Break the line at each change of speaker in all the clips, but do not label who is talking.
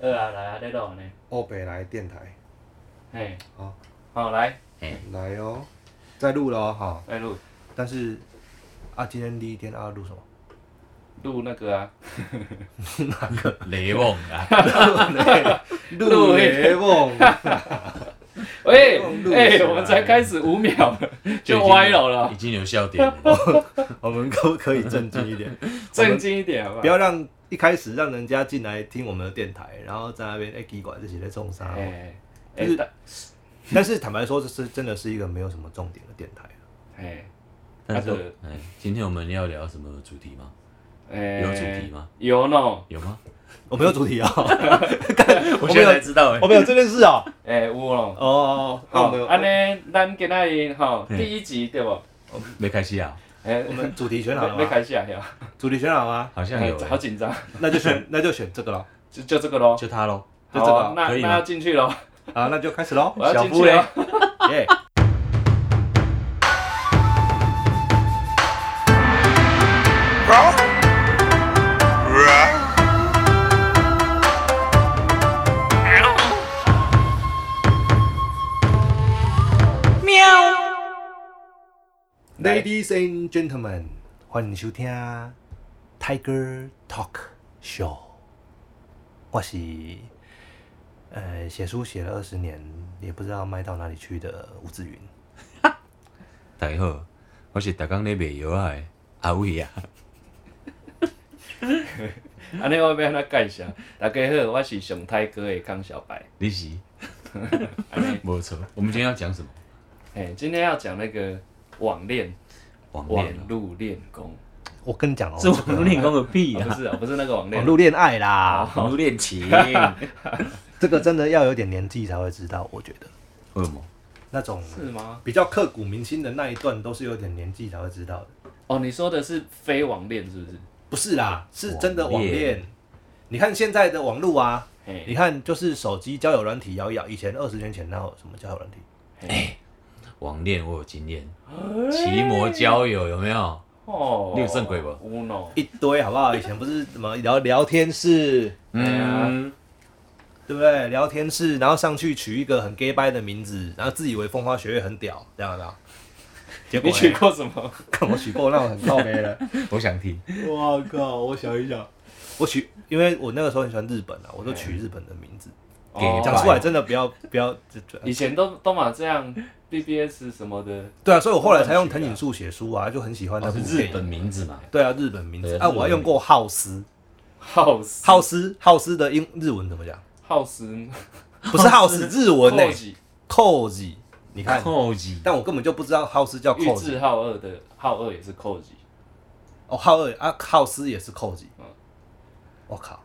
好啊，来啊，在弄呢，
欧北来电台，
嘿，
好，
好来，
来哦，在录了哦，好，
来录
但是啊，今天第一天啊，录什么？
录那个啊，
雷梦啊，
录雷梦，
喂、
录
哎、
起来
我们才开始五秒 就歪了了
已，经有笑 点了。
我们可不可以正经 一点？
正经一点好不好？
不要让一开始让人家进来听我们的电台，然后在那边哎奇怪自己在冲啥
哎、？哎、
就是
但
但是坦白说，这是真的是一个没有什么重点的电台。
哎、
但是
啊对，
哎，今天我们要聊什么主题吗？
哎
有主题吗？
有呢，
有吗？
我没有 主题哦，
我
现在才
知道
我没有这件事哦。
哎、有咯。
哦，那我
好，
们
安尼咱今仔日吼
嘿
第一集对不？
没开戏啊，
哎、
我们主题选好了
没没
吗？
开始啊，对吧
主题选好吗？
好像有
哎好
欸，
紧张，
那就选那就选这个了。
就就这个咯。
就他喽。
就
好
这个
啊，那
可以吗
那要进去咯，
啊，那就开始喽。
我要
小
进
夫
去
嘞
了。
耶！Ladies and gentlemen，欢迎收听 Tiger Talk Show。我是呃写书写了二十年，也不知道卖到哪里去的吴志云。
大家好，我是大刚咧卖药啊的阿伟啊，
安尼我要安怎介绍？大家好，我是上泰哥的康小白。
你 是
安尼，
没错。我们今天要讲什么？
哎、今天要讲那个网恋、
网
哦
恋啊
网，路练功，
我跟你讲哦，
这网络恋功个屁
啊、不
啊！
是、啊，不是那个网
哎网
恋，
络恋爱啦，
网络恋情，
这个真的要有点年纪才会知道，我觉得
为什么？
那种
是吗？
比较刻骨铭心的那一段，都是有点年纪才会知道的。
哦，你说的是非网恋是不是？
不是啦，是真的网
网恋
恋。你看现在的网络啊，你
哎、
看就是手机交友软体摇一摇，以前二十年前哪有什么交友软体？哎
网恋我有经验，骑摩交友有没有？
哦
你有正轨不
有喏，
一堆好不好？以前不是什么聊聊天室，
嗯，
对不对？聊天室，然后上去取一个很 gay 掰的名字，然后自以为风花雪月很屌，这样有没有？结果
你
呢
取过什么？
看我取过，那我很靠背了。
我想听。
我靠！我想一想，我取，因为我那个时候很喜欢日本啊，我都取日本的名字，
给
哦
哎讲出来真的不要不要这这。
以前都都嘛这样，BBS 什么的，
对啊，所以我后来才用藤井树写书啊，就很喜欢那
哦，
部
是
电
日
影。
本名字嘛？
对啊，日本名字
对
啊，
日本
我还用过浩斯，
浩斯
浩斯，浩斯的英日文怎么讲？
浩斯，
不是浩斯，日文呢
浩喜
，Koji。你看，
扣几？
但我根本就不知道浩斯叫
玉
Koji
置浩二的浩二也是寇吉，
哦，浩二啊，浩斯也是 Koji
嗯。
我靠，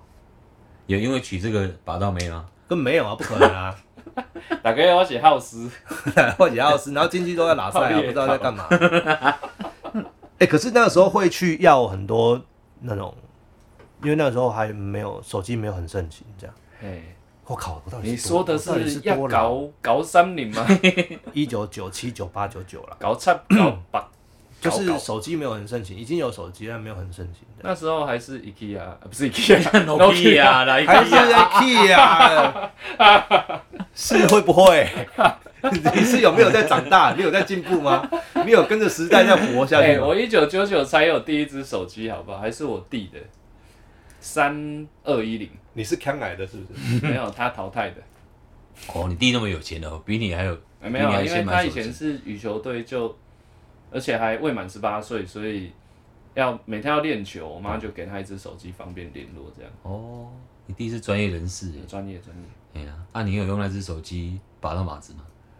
有因为取这个拔到没吗？
根本没有啊，不可能啊！
大概我写浩斯，
或者浩斯，然后进去都在拉塞啊，
好
不
野
知道在干嘛。哎，可是那个时候会去要很多那种，因为那个时候还没有手机，没有很盛行这样。
哎，
我靠，我到底
你
哦是
说
多
的
我到底
是
是
要搞搞三零吗？
一九九七、九八、九九啦，
搞 差搞八，
就是
搞搞
手机没有很盛行，已经有手机，但没有很盛行的。
那时候还是 IKEA，啊不是 IKEA，
Nokia 啦，
啊还是 key 啊？ 是会不 会？你是有没有在长大？你有在进步吗？你有跟着时代在活下
哎、
去吗？
我一九九九才有第一只手机，好不好？还是我弟的，三二一 零，
你是康来的，是不是？
没有他淘汰的，
哦，你弟那么有钱哦，比你还有，
哎没有啊，
比
因
你还
为
先
他
买
以
手
前
机。
是羽球队就，而且还未满十八岁，所以要每天要练球，我妈就给他一只手机方便联络，这样
哦，你弟是专业人士耶。
专业专业。
哎呀，啊，你有用那只手机拔到码子吗？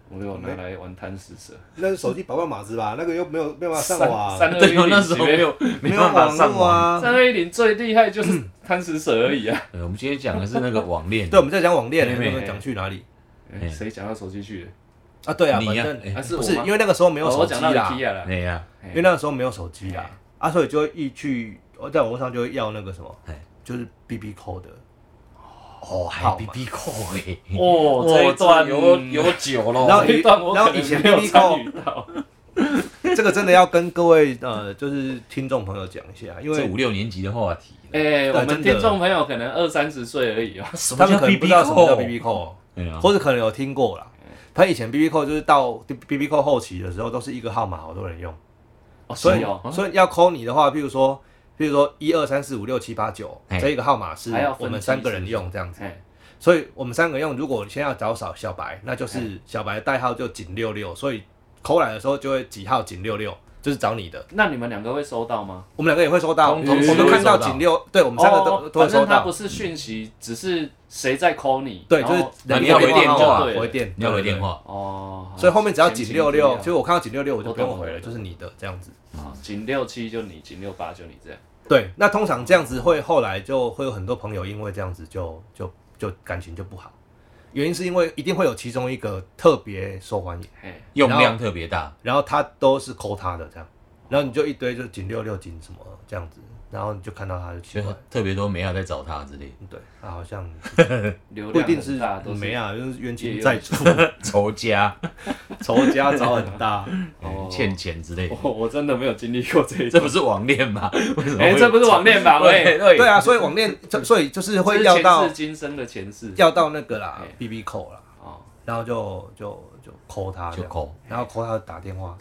我有拿来玩贪食蛇，
那是手机宝宝码子吧？那个又没有没有办法上
三
网，啊
三二一
对哦，
零
那时候没有
没有
办法
网
上
络。啊。
三二一零最厉害就是贪食蛇而已 啊！
呃对，我们今天讲的是那个网 恋。
对，我们在讲网恋，
对
你有没有
对
讲去哪里
哎谁讲到手机去了？
啊？对啊，
你
反
呀
正
哎
啊，是我
不是
吗
因为那个时候没有
哦
手
我
机
讲到
啦，
IKEA 了，
哎呀，
因为那个时候没有手机啦
哎，
啊，所以就会一去，我在网络上就会要那个什么
哎，
就是 B B 扣的，
哦，
好
还
嘛
B B 扣哎，
哦，这一段
有
嗯
有哦酒喽。
然后
这一段我
然后
可能
以前
没有
BB
参与到，
这个真的要跟各位呃，就是听众朋友讲一下，因
这
为
五六年级的话题
哎、
对
我们
真的
听众朋友可能二三十岁而已哦。
什
他
么
们可
叫 B
能不
B
知道什么叫
Q？
BB 扣，
对啊，
或者可能有听过啦。他以前 BB 扣就是到 BB 扣后期的时候，都是一个号码，好多人用。
哦，所
所以
以哦，
所以要扣你的话，譬如说，譬如说一二三四五六七八九
哎
这一个号码是
还要
我
分
们
级
三个人
是不是
用这样子。
哎，
所以我们三个用，如果你先要找小小白，那就是小白的代号就井六六，所以扣来的时候就会几号井六六，就是找你的。
那你们两个会收到吗？
我们两个也会收到，我
同
同时
们
都会
看到
收到
井六，对我们三个都
哦
都会
反
收
正它
到
不。是讯息，只是谁在 call 你，
对，
然
就是
后
那
人
你
家
要回电
话
啊就对了
回电，
你要回电
对。对对
话
哦，好
所以后面只要井六六，
前进
就是我看到井六六我就不
我
用
懂
回了，
我懂
就是你的这样子。
好井六七就你，井六八就你这样。
对，那通常这样子会后来就会有很多朋友因为这样子就就就感情就不好，原因是因为一定会有其中一个特别受欢迎，
嘿，
用量特别大，
然后他都是抠他的这样，然后你就一堆就井六六井什么这样子，然后你就看到他就奇
就
怪
是，特别多没有在找他之类，
对，他好像
流
不一
量
定是
很大，都是
没啊，就是冤
也
情
有
债主，
仇家、
仇家找很大，
哦
欠钱之类的，
我我真的没有经历过这一
这
种
不，是网恋 吗？为什么会
哎，
有
这不是网恋吧？
对
喂，
对
对啊，所以网恋，就所以就是
这
会
是
要到
前世今生的前世
要到那个啦
哎
，B B 扣啦，
哦，
然后就就就抠他这
就
样，
扣，
然后 call 他打电话，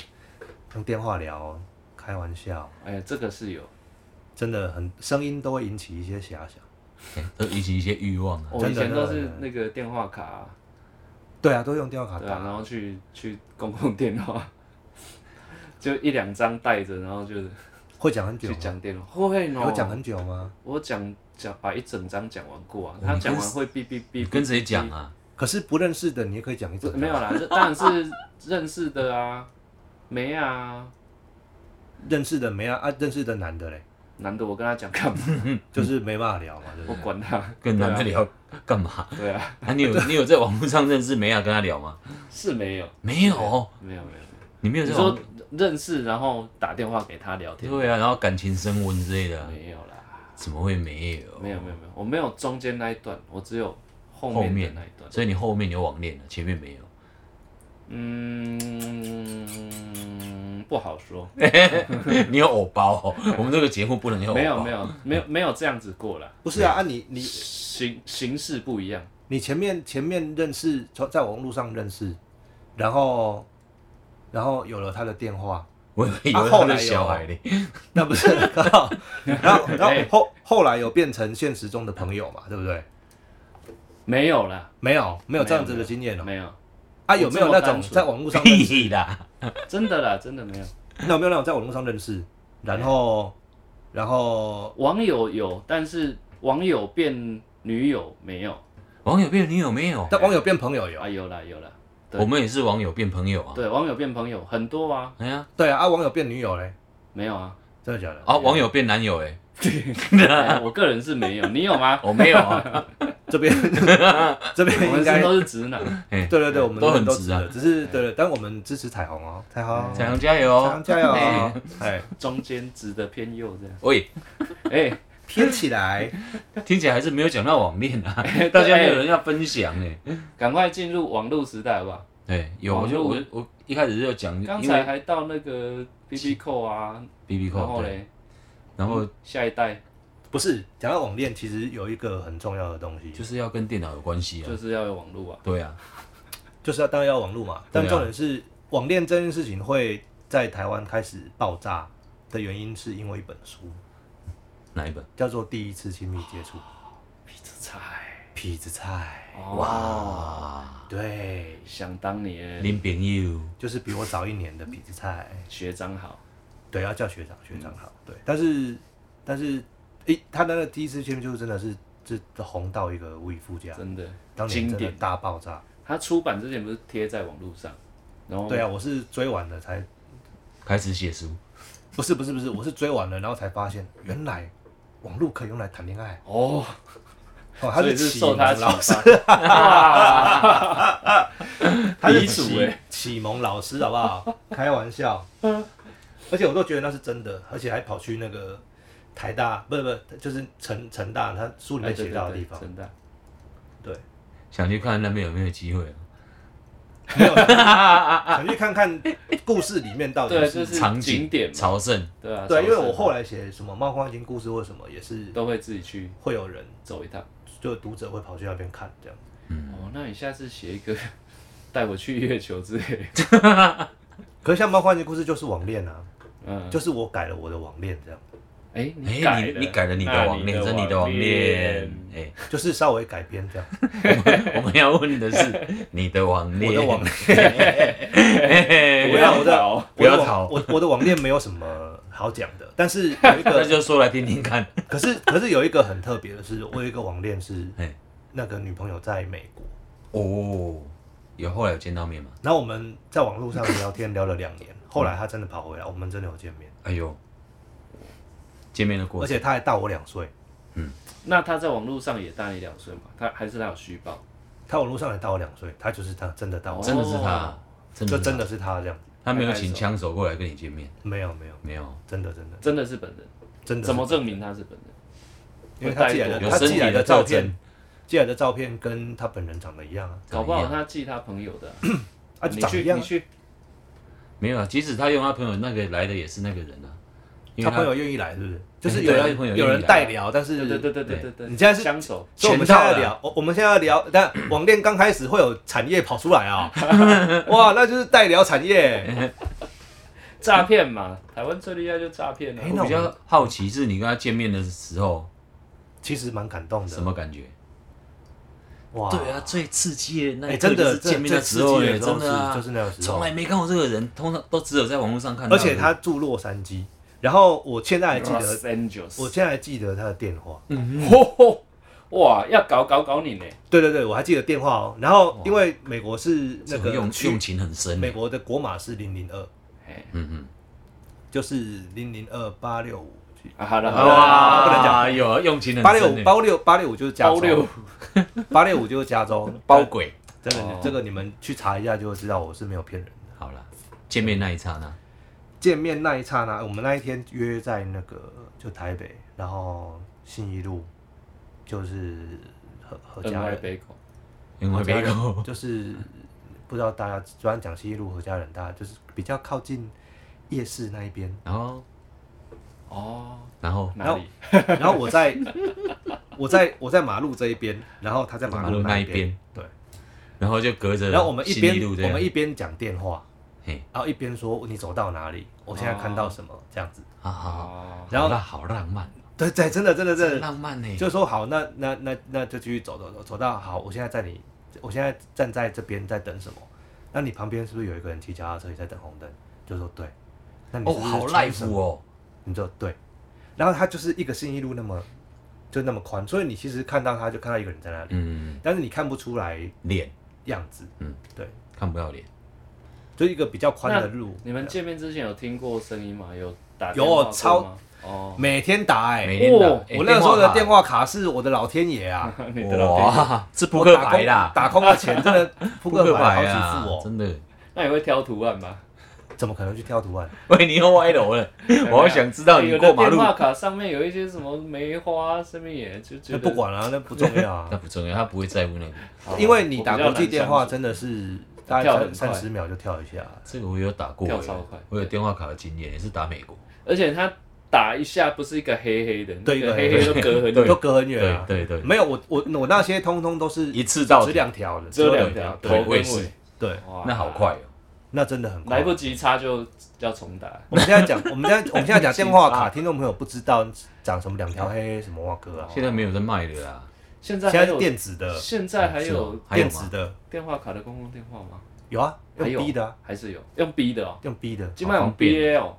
用电话聊，开玩笑，
哎，这个是有，
真的很声音都会引起一些遐想。
哎都引起一些欲望啊。
我以
真的
前都
真
是
的
那个电话卡啊，
对啊，都用电话卡
对啊，
打。
然后去去公共电话，就一两张带着，然后就
会讲很久
去
吗？
啊
讲电话，会呢，
会讲很久吗？
我讲讲把一整章讲完过啊，
哦
他
你
讲
跟
完会哔哔
你
哔，
跟
哔
谁讲？啊？
可是不认识的你也可以讲一
哔
整
没有
啊
啦，这当然是认识的啊，没啊，
认识的没啊啊，认识的男的嘞，
男的我跟他讲干嘛？
就是没办法聊嘛，对不
我
对？
管他，
跟男的聊 干嘛？
对啊，
啊，你有你有在网络上认识梅亚跟他聊吗？
是没有，
没有，
没有没有。
你没有
你
在
说
网
认识，然后打电话给他聊天，
对啊，然后感情升温之类的啊，
没有啦，
怎么会没有？
没有没有没有，我没有中间那一段，我只有后
后
面
面
的那一段。
所以你后面有网恋了，前面没有。
嗯，不好说，
你有偶包哦，我们这个节目不能有偶包。
没有没有没有没有这样子过啦，
不是啊，啊你你
形形式不一样。
你前面前面认识，从在网络上认识，然后然后有了他的电话，
我以为以为
啊
他
后来
的
有
小孩嘞，
那不是 靠，然后然后
哎
后后来有变成现实中的朋友嘛，对不对？
没有啦，
没有没有这样子的经验哦。
没有，
啊，有没有那
我这么单
种
纯
在网络上 认识？
屁啦！
真的啦，真的没有。
那有没有那种在网络上认识，然
哎
后然后
网友有，但是网友变女友没有
网友变女友没有？
但网友变朋友有
啊？？有啦有啦，对
我们也是网友变朋友啊。
对，网友变朋友很多啊，
哎呀，
对啊，啊网友变女友嘞，
没有啊。
真的假的？
啊，网友变男友哎，
哎我个人是没有，你有吗？
我没有啊，
这边这边
我
应
们
该
是
对
都是哎直男，
哎
对对，我们
都很
都
直
值
啊
得，只
哎
是对对，但我们支持彩虹哦，彩虹
彩
彩
虹加油
虹
哦！
加油哦
哎！
哎，
中间直的偏右这样。
喂，
哎，
偏起来，
听起来还是没有讲到网恋啊，
哎
大家没有
对
人要分享哎。
赶快进入网络时代好不好？
对，有我
网
就
络
我我一开始就讲，
刚
因
才
为
还到那个 B B 扣啊，
B B
然后
扣对，
嘞，嗯
然后
下一代
不是讲到网恋，其实有一个很重要的东西，
就是要跟电脑有关系啊
就。是要有网络啊。
对啊，
就是要当然要网络嘛，但
对啊
重点是网恋这件事情会在台湾开始爆炸的原因，是因为一本书
哪一本？
叫做《第一次亲密接触》，
痞子菜，
痞子菜，
哇，
哇，
对，
哦想当年
林炳佑，
就是比我早一年的痞子菜，
学长好，
对，要叫学长，学长好，对，但是但是，诶、他的那个第一次亲密接触真的是这这红到一个无以复加，
真的
当年
经
真的
典。
大爆炸，
他出版之前不是贴在网络上，然后
对啊，我是追完了才，
开始写书，
不是不是不是，我是追完了，然后才发现原来网络可以用来谈恋爱。
哦，
哦，他
所
是
以是
启
受他
蒙
启
老师，
发， 哇，
他是
鼻祖
启
欸
启蒙老师，好不好？开玩笑，而且我都觉得那是真的，而且还跑去那个台大，不是不是，就是成成大，他书里
哎
面写到的地
对
方，
真的
对，
想去看那边有没有机会啊。
没有，想去看看故事里面到底
对，
是
就。是
场
景
景
点嘛，
朝圣，
对啊，
对，因为我
朝圣
后来写什么猫空间故事或什么，也是
都会自己去
会有人，
走一趟。
就读者会跑去那边看这样。嗯
哦，那你下次写一个 带我去月球之类的，
可是像猫空间故事就是网恋啊，
嗯，
就是我改了我的网恋这样，
哎、
哎、
你改了、
你你改了你的
那
网恋，这是你的网恋。哎、
就是稍微改编 这样。
我们要问的是你的网
我
恋，
的网恋，
嘿嘿
不
不
嘿
要
要我的
逃
我的
不要
网
逃
我我的网恋没有什么好讲的，但是有 一
那
个，
就说来听听看。
可是 可是有一个很特别的是，我有一个网恋是
哎，
那个女朋友在美国，
哦，有后来有见到面吗？
然后我们在网络上聊天聊了两 年，后来她真的跑回来，我们真的有见面，
哎呦，见面的过
而
程，
且她还大我两岁，
那他在网络上也大你两岁嘛？他还是他有虚报，
她网络上也大我两岁，她就是她真的大我，
哦
真的是他
哦，
真的
就是真
他，
的是她这样子，
他没有请枪手过来跟你见面，
没有没有，
没有，
真的真的
真的是本人？
真的是
怎么证明他是本人？
因为她寄来
有
的她
身
寄
体
来
的
的照
特征
片，寄来的照片跟她本人长得一样啊，
搞不好
长一样
他记他朋友的啊、
啊就
你
长一
去
样
你
啊，
去，
没有啊。即使他用他朋友那个来的也是那个人啊，因
她
为
朋友愿意来是不是？就是有
对她朋友
人
愿意
有人
来
代聊，但是
对对对对对对对，
你现在是
相熟，
所以我们现
全套
在要
了
聊，我我们现在要聊，但网恋刚开始会有产业跑出来啊、 哇，那就是代聊产业。
诈骗嘛，台湾最厉害就诈骗了
哎。那
我比较好奇是你跟他见面的时候
其实蛮感动的，
什么感觉？
啊哇？
对啊，，最刺激的那
哎、
一刻
真的
就是见面
最
的
刺激
时候耶，
的时候
真
是
的啊
就是那个时
从
候
来，没看过这个人，通常都只有在网络上看到。
而且他，住洛杉矶，然后我现在还记
Los
得，我
Angeles，
现在还记得他的电话，
吼吼， 哇，要搞搞搞你呢！
对对对，我还记得电话哦。然后因为美国是那
这
个
个用
区
用情很深
美
耶，
国的国码是零零二，
哎，
嗯嗯，
就是零零二八六五。
啊好了，好了
哇，
不能
讲，有用情很
八六
深
五
耶，
八六八六五就是加
包
州，
六，
八六五就是加州，
包鬼。
真的
哦，
这个你们去查一下就知道，我是没有骗人的。
呃好了，见面那一刹那，
见面那一刹那，我们那一天约在那个就台北，然后信义路，就是和和
恩
家
爱
人，
杯口，
因为
和家
没
人
有，
就是不知道大家主要讲信义路和家人，大家就是比较靠近夜市那一边。
然后
哦，
然后
哪里？
然后我在 我在我在马路这一边，然后他在马
马
路
路那一
一边
边，，
对。
然后就隔着，
然后我们一边
路这
我
样
们一边讲电话，
嘿，
然后一边说你走到哪里，我现在看到什么这样子。
啊好，
哦，
然
然
后
后那好浪漫，
对对，真的真的真
真
的
的，浪漫呢，
就说好，那那那那就继续走走走，走到好，我现在在你，我现在站在这边在等什么？那你旁边是不是有一个人骑脚踏车也在等红灯？就说对，那你
哦
是不是
好
穿什
life
么
哦，
你说对，然后它就是一个信义路那么就那么宽，所以你其实看到它就看到一个人在那里，
嗯，
但是你看不出来
脸
样子，
嗯，
对，
看不到脸，
哦就一个比较宽的路，
你们见面之前有听过声音吗？有打
有
电话过
超
吗哦，
每天打哎、
每天打
哦
哎
我那个时候的
卡
电话卡是我的老天爷啊！
你的老天，
哇，是扑
我
克
打
牌
工
啦，
打空的钱 真的扑克牌好
啊
几副哦，
真的。
那你会挑图案吗？
怎么可能去挑图案？
喂，你又歪楼了， 我好想知道你
哎有
过
的
马路
电。话卡上面有一些什么梅花，上面也就觉
那
得
不管了、那不重要
那
啊，
不重要，他不会在乎那个。
好
因为你打
我
国
比较
际
难
电话
相信
真的是大
跳
概
很
三三
快
十秒就跳一下，啊
这个我有打过
跳
欸
超快
我有电话卡的经验，也是打美国。
而且他打一下不是一个黑黑的，
对
那个
一
黑黑
个
都隔很
对
都
远，
隔很远啊
对。对对，
没有，我我我那些通通都是
一次到
只
底，
两条的，
只有两
只有
条
两条
头跟
对我也
尾
是，
对，
哇
那好快，哦。
那真的很快
来。不及插就要重打，
我们现在讲，我们现在我们现在 讲电话卡，听众朋友不知道讲什么两条黑什么哇哥 啊，
现在没有在卖啊的啦，
现在
现
还
在是
有
电子的，
现在还
嗯是哦
有
吗还有
电
吗
子的
电话卡的公共电话吗？
有啊，
还有
用 B 的啊，
还是有用 B 的哦，
用 B 的，
今晚
好
用
方便
B A 哦，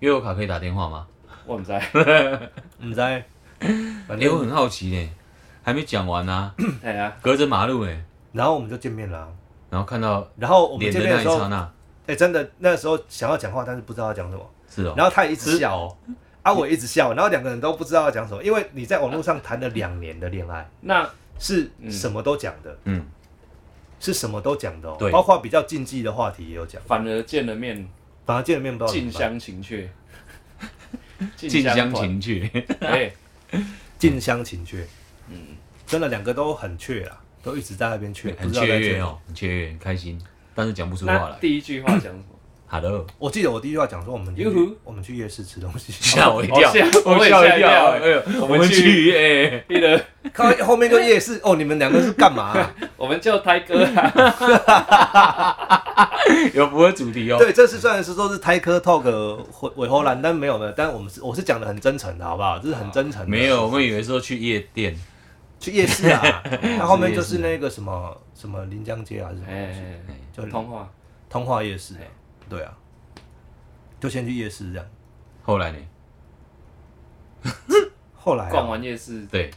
悠游卡可以打电话吗？
我不知道，
你在，反
哎，我
正
很好奇呢，还没讲完呢，
哎呀，
隔着马路哎，
然后我们就见面了啊，
然后看到
然后我们
脸
见
的
面的
那一
时候
刹，那，
哎，真的那时候想要讲话，但是不知道要讲什么。
是哦，
然后他也一直笑、哦，啊，我也一直笑，然后两个人都不知道要讲什么，因为你在网络上谈了两年的恋爱，
那
是
嗯
什么都讲的，
嗯，
是什么都讲的、哦，
对
包括比较禁忌的话题也有讲，
反而见了面，
反而见了面不知道怎
近
么办，
乡情 怯，
近乡
团，
情怯，
哎，
近乡情怯，嗯，真的两个都很怯啊，都一直在那边怯，不
很
知道在
雀
怯什
跃哦
么，
哦，很雀跃，很开心。但是讲不出话
那
来。
第一句话讲什么？
Hello，
我记得我第一句话讲说我们去
哟呼
我们去夜市吃东西，
吓我一跳
哦吓，我也
吓
吓一跳
哎呦，
我
我
们
们
去
去哎，
一人，
靠 后面就夜市哦，你们两个是干嘛啊、
我们叫胎哥 啊，
有符合主题哦。
对，这次虽然是说是 Tiger Talk 尾尾后栏，但没有的，但我们是我是讲的很真诚的，好不好？这是很真诚的。
没有，我们以为说去夜店，
去夜市啊，那后面就是那个什么什么临江街啊，是什么
哎，
就
通话，
通化夜市
哎。
对啊，就先去夜市这样。
后来呢？
后来啊
逛完夜市，
对，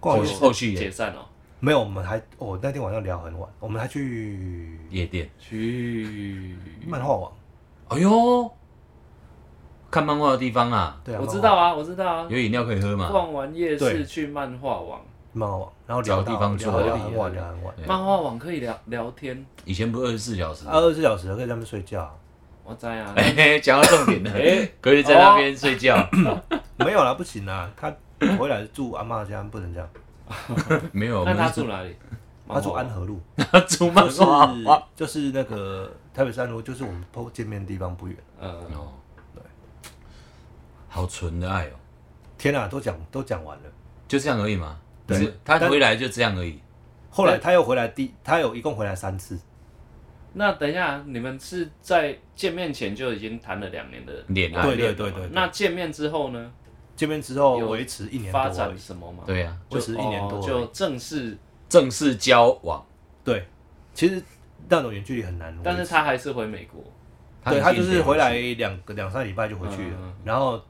逛
后
完夜
续
市
后续
解
也
散哦，
没有，我们还哦那天晚上聊很晚，我们还去
夜店。
去，
漫画网。
哎呦，看漫画的地方啊，
对啊，
我
漫
知
画
道啊，我知道啊，
有饮料可以喝嘛？
逛完夜
对
市去漫画网，
漫画网，然后聊
找
到
地方
聊
坐
聊
啊
很晚，聊很晚，
对
漫画网可以聊聊天，
以前不是二十四小时？
啊，二十四小时可以在那边睡觉啊。
我在啊，
呃
哎嘿，讲到重点了，
哎，
可以在那边睡
哦
觉，
没有啦，不行啦，他回来住阿嬷家，不能这样。
没 有，我
那
们
他
是
住哪里？
他住安和路，
他住漫
哦就 是
画网。
就是那个台北三路，就是我们碰见面的地方不远。
呃，
哦，好纯的爱哦，
天啊，都讲都讲完了。
就这样而已嘛。
对
只是他
但
回来就这样而已。
后来他又回来第，他有一共回来三次，
那等一下，你们是在见面前就已经谈了两年的啊
恋爱
爱恋
对对
了
对
嘛
对对
那见面之后呢？
见面之后
有
维持一年多
发
而
展
已，
什么吗？，
对啊，
维持一年多而已
就正式，
正式交往，
对，其实那种远距离很难维持。
但是他还是回美国。
对
已
他就
经
是回来两个两三礼拜就回去了，
嗯嗯
然后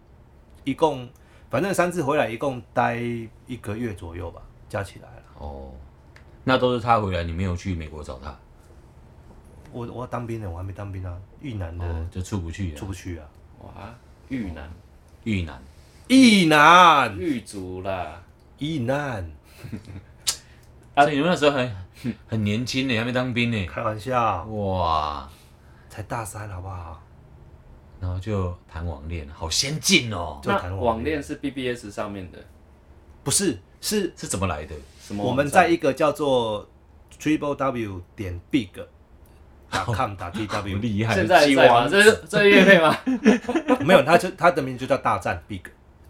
一共反正三次回来一共待一个月左右吧，加起来了。
哦，那都是他回来，你没有去美国找他，
我我要当兵呢，我还没当兵啊，遇难的、
哦，就出不去
出
了。
不去啊，
哇，遇难
遇难，
遇难
狱卒啦！
遇难，啊
所以你们那时候很很年轻呢，还没当兵呢，
开玩笑，
哇，
才大三好不好？
然后就谈网恋，好先进哦，
就谈
那
网恋
网恋是 BBS 上面的
不是，是
是怎么来的？
什么
我
网站？
们在一个叫做 triple w 点 big 打 com 打 t
有
w，
厉害，
现在还
鸡
在吗？
王
这是这是业配吗？
没有，他就他的名字就叫大战 big，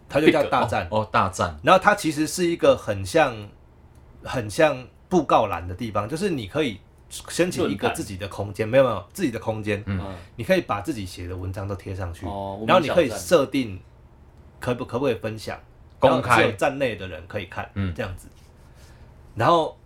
他就叫大战。
哦哦，大战，
然后它其实是一个很像很像布告栏的地方，就是你可以申请一
论
个
坛
自己的空间，没有没有自己的空间，
嗯
嗯
你可以把自己写的文章都贴上去，
哦，我们
然后你可以
小站
设定可不可不可以分享，
公
然后只
开
有站内的人可以看，
嗯
这样子。然后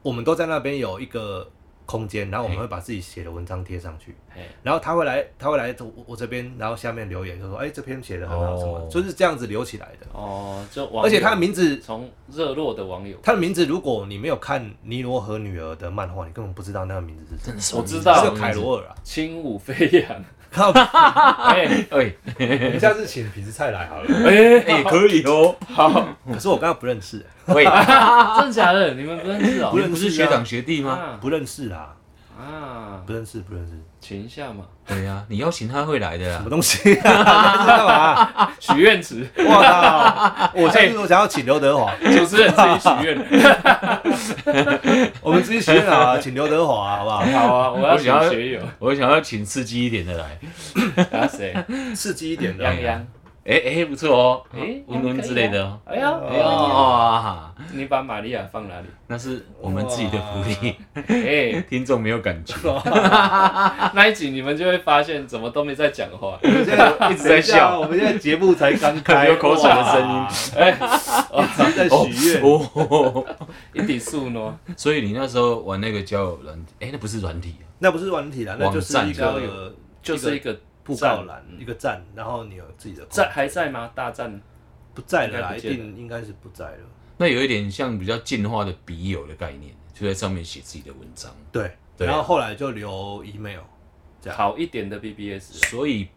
我们都在那边有一个空间，然后我们
嘿
会把自己写的文章贴上去。
嘿
然后他会来，他会来我我这边，然后下面留言就说：“哎，这篇写的很好，什么
哦
就是这样子留起来的。
哦，就网友
而且他的名字
从热络的网友，
他的名字，如果你没有看《尼罗河女儿》的漫画，你根本不知道那个名字是什
真
么。
的是
我知道
他
这
叫
个
凯
凯罗，
罗尔啊！
轻舞飞扬，
靠，
哎
哎
我们下次请痞子蔡来好 了。
哎，
哎，可以哦，
可是我刚刚不认识，
喂，
真的假的？你们不认识哦
你？们不是学长学弟 吗？
啊
不认识啦，
啊，
不认识，不认识，
请一下嘛，
对呀，你邀请他会来的
什
啊
么，东 西啊？这是干嘛？
许愿池，
我靠！我下次我想要请刘德华，
主持人自己许愿。
我们自己许愿啊，请刘德华好不好？
好啊，我要
我想要
请学友，
我想要请刺激一点的来。
打谁？
刺激一点的，
杨洋。
哎哎，不错哦，
哎
温温之类的哦。
哎呀，
哎
哎
呀
呀，
哇，
你把玛利亚放哪里？
那是我们自己的福利，
哎，
听众没有感 觉，哦
那一集你们就会发现，怎么都没在讲 话。
现在
一直在笑
我们现在节目才刚开，
有口水的声音
哇，
哎，
一直在许愿。
哦哦。
一底数呢？
所以你那时候玩那个交友软体，哎，那不是软体啊，
那不是软体啦，那就是
网站
一
交
个
友就是一个
布告
站
栏，一个站，然后你有自己的空
在还在吗？大战
不在了啦，
应该
一
不见了
定应该是不在了。
那有一点像比较进化的笔友的概念，就在上面写自己的文章。
对，
对
然后后来就留 email，这样
好一点的 BBS，
所以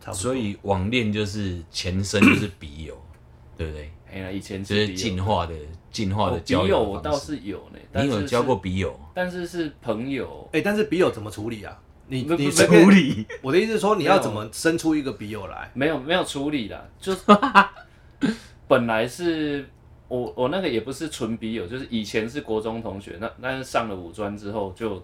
差不多。
所以网恋就是前身就是笔 友，对不对？
哎呀，以前
就是是
笔友
进化的进化
哦
的
笔
交
友，
友
我
方
倒
式。
是有呢，但
你
是
有
是
交过笔友？
但是是朋友，
哎，但是笔友怎么处理啊？你
不
你
不
随便，
理
我的意思是说你要怎么生出一个笔友来？
没有没有处理啦， 就本来是我我那个也不是纯笔友，就是以前是国中同学，那但是上了五专之后就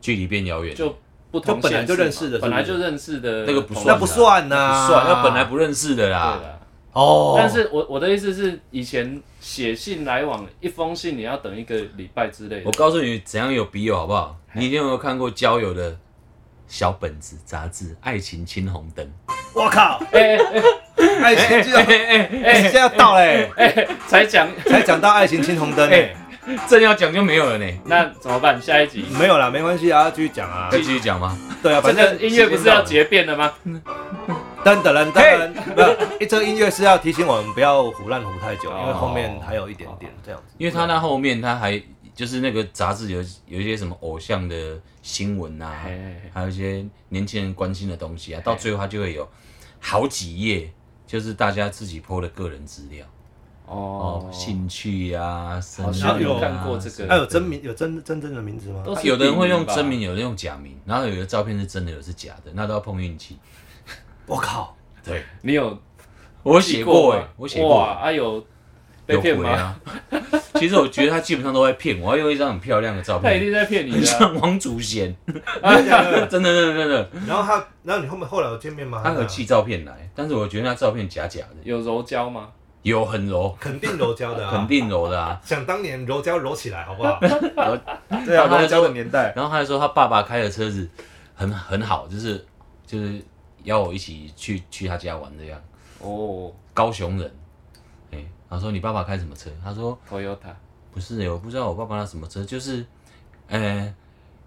距离变遥远，
就不同
就本来就
县市嘛
认识的
本来
是
就
不
认识的
那个不
同
算
事
那
啊
不算呐、
不算，那本来不认识的
对
啦。
啦。
哦，
但是我我的意思是，以前写信来往，一封信你要等一个礼拜之类
我
的。
告诉你怎样有笔友好不好？
哎
你一定有没有看过交友的小本子、杂志《爱情青红灯
我靠，
哎哎哎
爱情青红》灯，
哎
哎，现在要到嘞，
哎，才讲
才讲到爱情青红灯嘞，
哎，正要讲就没有了呢。
那怎么办？下一 集
没有啦，没关系啊，继续讲啊
要，继续讲吗？
对啊，
这
反
个
正
音乐不是要结变了吗？
噔噔噔噔噔，不是，这个音乐是要提醒我们不要胡乱胡太久，
哦
因为后面还有一点点这样子，
因为他那后面他还就是那个杂志有有一些什么偶像的新闻啊，
嘿嘿嘿
还有一些年轻人关心的东西啊，到最后他就会有好几页，就是大家自己 PO 的个人资料哦，兴趣啊，生
好
日
像
有
啊
看过这个
还哎有真名有真真正的名字吗？
都是
有的人会用
笔名吧
真名，有的人用假名，然后有的照片是真的，有的是假的，那都要碰运气。
我靠，
对，
你有
我写过哎、
吗
我写过，
哇，啊有被
有
骗
回
吗？
啊。其实我觉得他基本上都在骗我，他用一张很漂亮的照
他一
片，
定在骗你
很
的 啊。
像王祖贤，啊
真的假的
真的真的真的，
然后他，然后你后面后来有见面吗？
他
啊
有寄照片来，但是我觉得那照片假假的，
有柔焦吗？
有很柔，
肯定柔焦的啊，
肯定柔的啊。
想当年柔焦柔起来，好不好？对啊
然后 他就
年代，
然后他还说他爸爸开的车子很很好，就是就是要我一起去去他家玩这样。
哦
高雄人，哎、然后说你爸爸开什么车？他说
，Toyota
不是、欸我不知道我爸爸那什么车，就是，呃，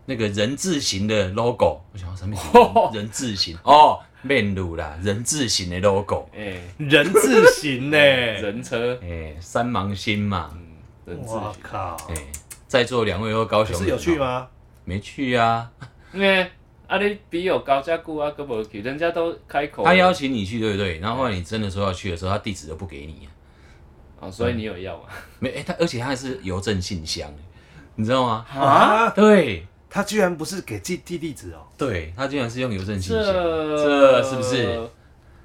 那个人字形的 logo，我想要什么意思人字形哦，面乳啦，人字形的 logo，
哎，
人字形 呢？
人车，
哎、三芒星嘛，
嗯，人字
我
形。
靠！
哎、在座两位都高
可
雄人
是有去？
哦
吗？
没去啊，
因为啊，你比有高加固啊，根本去，人家都开
哦
口了。
他邀请你去对不对？然后后来你真的说要去的时候，他地址都不给你、啊，
哦，所以你有要吗？
没哎、他而且他还是邮政信箱，你知道吗？
啊，
对
他居然不是给寄寄地址哦，
对，他竟然是用邮政信
这
箱，这是不是？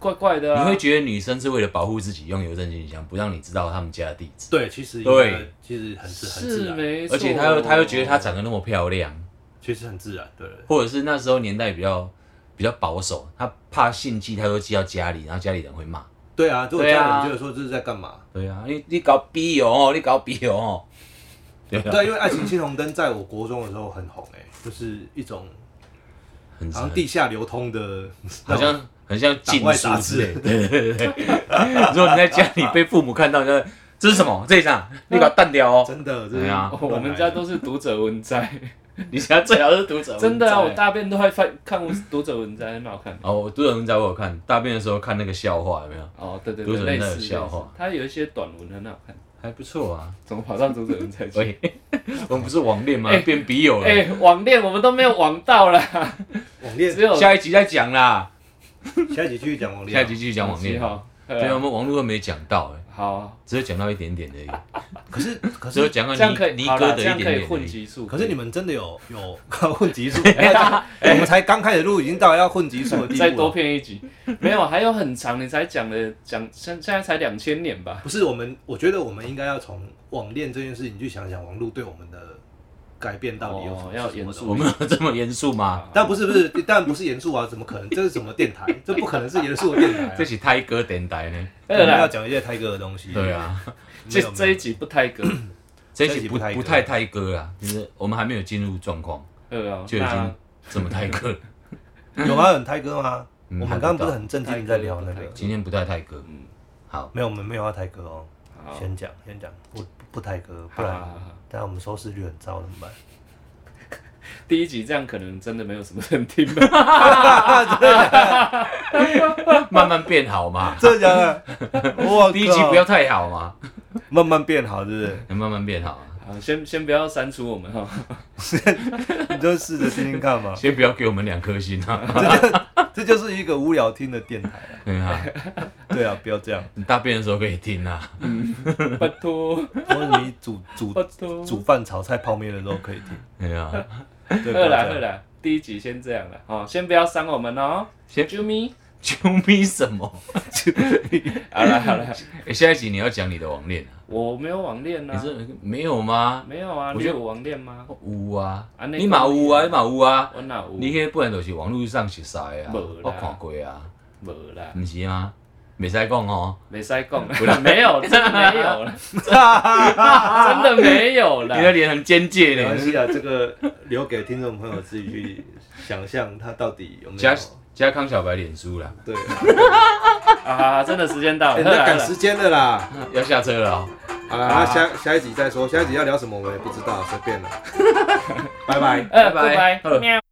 怪怪的、啊？
你会觉得女生是为了保护自己用邮政信箱，不让你知道他们家的地址，
对，其实
对
应该，其实很自很自
是
然，
没错，
而且她又她又觉得她长得那么漂亮，
其实很自然，对对对
或者是那时候年代比较比较保守，她怕信寄，她都寄到家里，然后家里人会骂。
对啊！如果
对啊
家人觉得说这是在干嘛？
对啊，你你搞逼邮哦，你搞逼邮哦。对啊，
对，因为《爱情青红灯》在我国中的时候很红诶，就是一种
很
好像地下流通的，
好像很像禁书之类的。 对对对对， 如果你在家里被父母看到，就这是什么这一张，你把它淡掉哦。
真的，这
对
是
啊
哦。我们家都是读者文摘，
你现在最好是读者文摘
真的啊！我大便都会翻看读者文摘，很好看。
哦，我读者文摘我有看，大便的时候看那个笑话有没有？
哦，对对
读
对，
者文
类
摘
似
有笑话
类似它有一些短文很好看。
还不错啊。
怎么跑到读者文摘去？
喂， 我们不是网恋吗？
哎
变笔友了。
哎、网恋我们都没有网到啦，
网恋
只，有
下一集再讲啦，
下一集继续讲网恋啊，
下一集继续讲网恋。
好，
对
对
啊，我
啊，
们网络都没讲到，哎，
好，啊
只有讲到一点点而已，
可 是可
只有
是
讲到
这样可以，
尼尼
好
哥
啦
的
这
一
样
点
可以
点而
混
已。
级数。
可是你们真的有有 混集数？
哎
我们才刚开始录，已经到要混集数的地
再
步啊
多
了。
骗一集，没有，还有很长，你才讲了讲，现现在才两千年吧？
不是我们，我觉得我们应该要从网恋这件事情去想想网络对我们的改变到底有什么
哦要
是什么
严肃
我们有这么严肃吗？
啊但不是不是， 但不是严肃啊，怎么可能？这是什么电台？这不可能是严肃的电 台、啊
这。是泰哥电台呢？
我
对
们要
啦，
讲一些泰哥的
嗯
东西。
对，啊，
这
没有
这一集不太 歌，
这
这一
一
集
集
不
不泰哥
不太泰哥啦，就是我们还没有进入状况，
对啊，
就已经这么泰 哥了。
有吗？很泰哥吗？
嗯
我们刚刚不是很正经地在聊那
泰
个
哥？
今天不太泰哥，
嗯
好，
没有，我们没有要泰哥哦。
那好，
先讲，先讲，不不泰哥，不
好啊好
然，
好好
但我们收视率很糟怎么办？
第一集这样可能真的没有什么人听吧？
慢慢变好嘛。
这讲啊， 我
第一
哦
集不要太好嘛，
慢慢变好，是不是？
慢慢变好啊，
好，先先不要删除我们哈，
你就试着听听看嘛。
哦先不要给我们两颗星 啊。
这就是一个无聊听的电台啊。
嗯啊，
对啊，不要 这样。
你大便的时候可以听啊。
拜托
或者你煮煮
拜托，
煮饭、炒菜、泡面的时候可以听。
对啊，
对，不
饿
要
啦
这
饿
样。
啦，第一集先这样了，哦，先不要删我们哦，
先
啾咪，
啾咪什么？
好了好了，
哎，下一集你要讲你的网恋啊？
我没有网恋
你
啊，
这没有吗？
没有啊，
我
你
觉得
有网恋吗？
有啊
啊，那
你嘛有啊，你嘛有啊。
我哪有？
你迄本来就是网络上熟识的啊，
没啦
我看过啊，
无啦，
毋是吗？袂使讲哦，
没使讲，没有，真的没有了，
啊
真的没有
你的
了。
脸很尖界
没关
嘞。
系啊，这个留给听众朋友自己去想象，他到底有没有
加加康小白脸书 啦，
对。
啊，真的时间到
哎
了，
那
好
赶
啦
时间了啦，
要下车了哦，
好了，那下 下一集再说，下一集要聊什么我们也不知道，随便了，拜拜。
呃，
拜
拜
拜
拜，喵。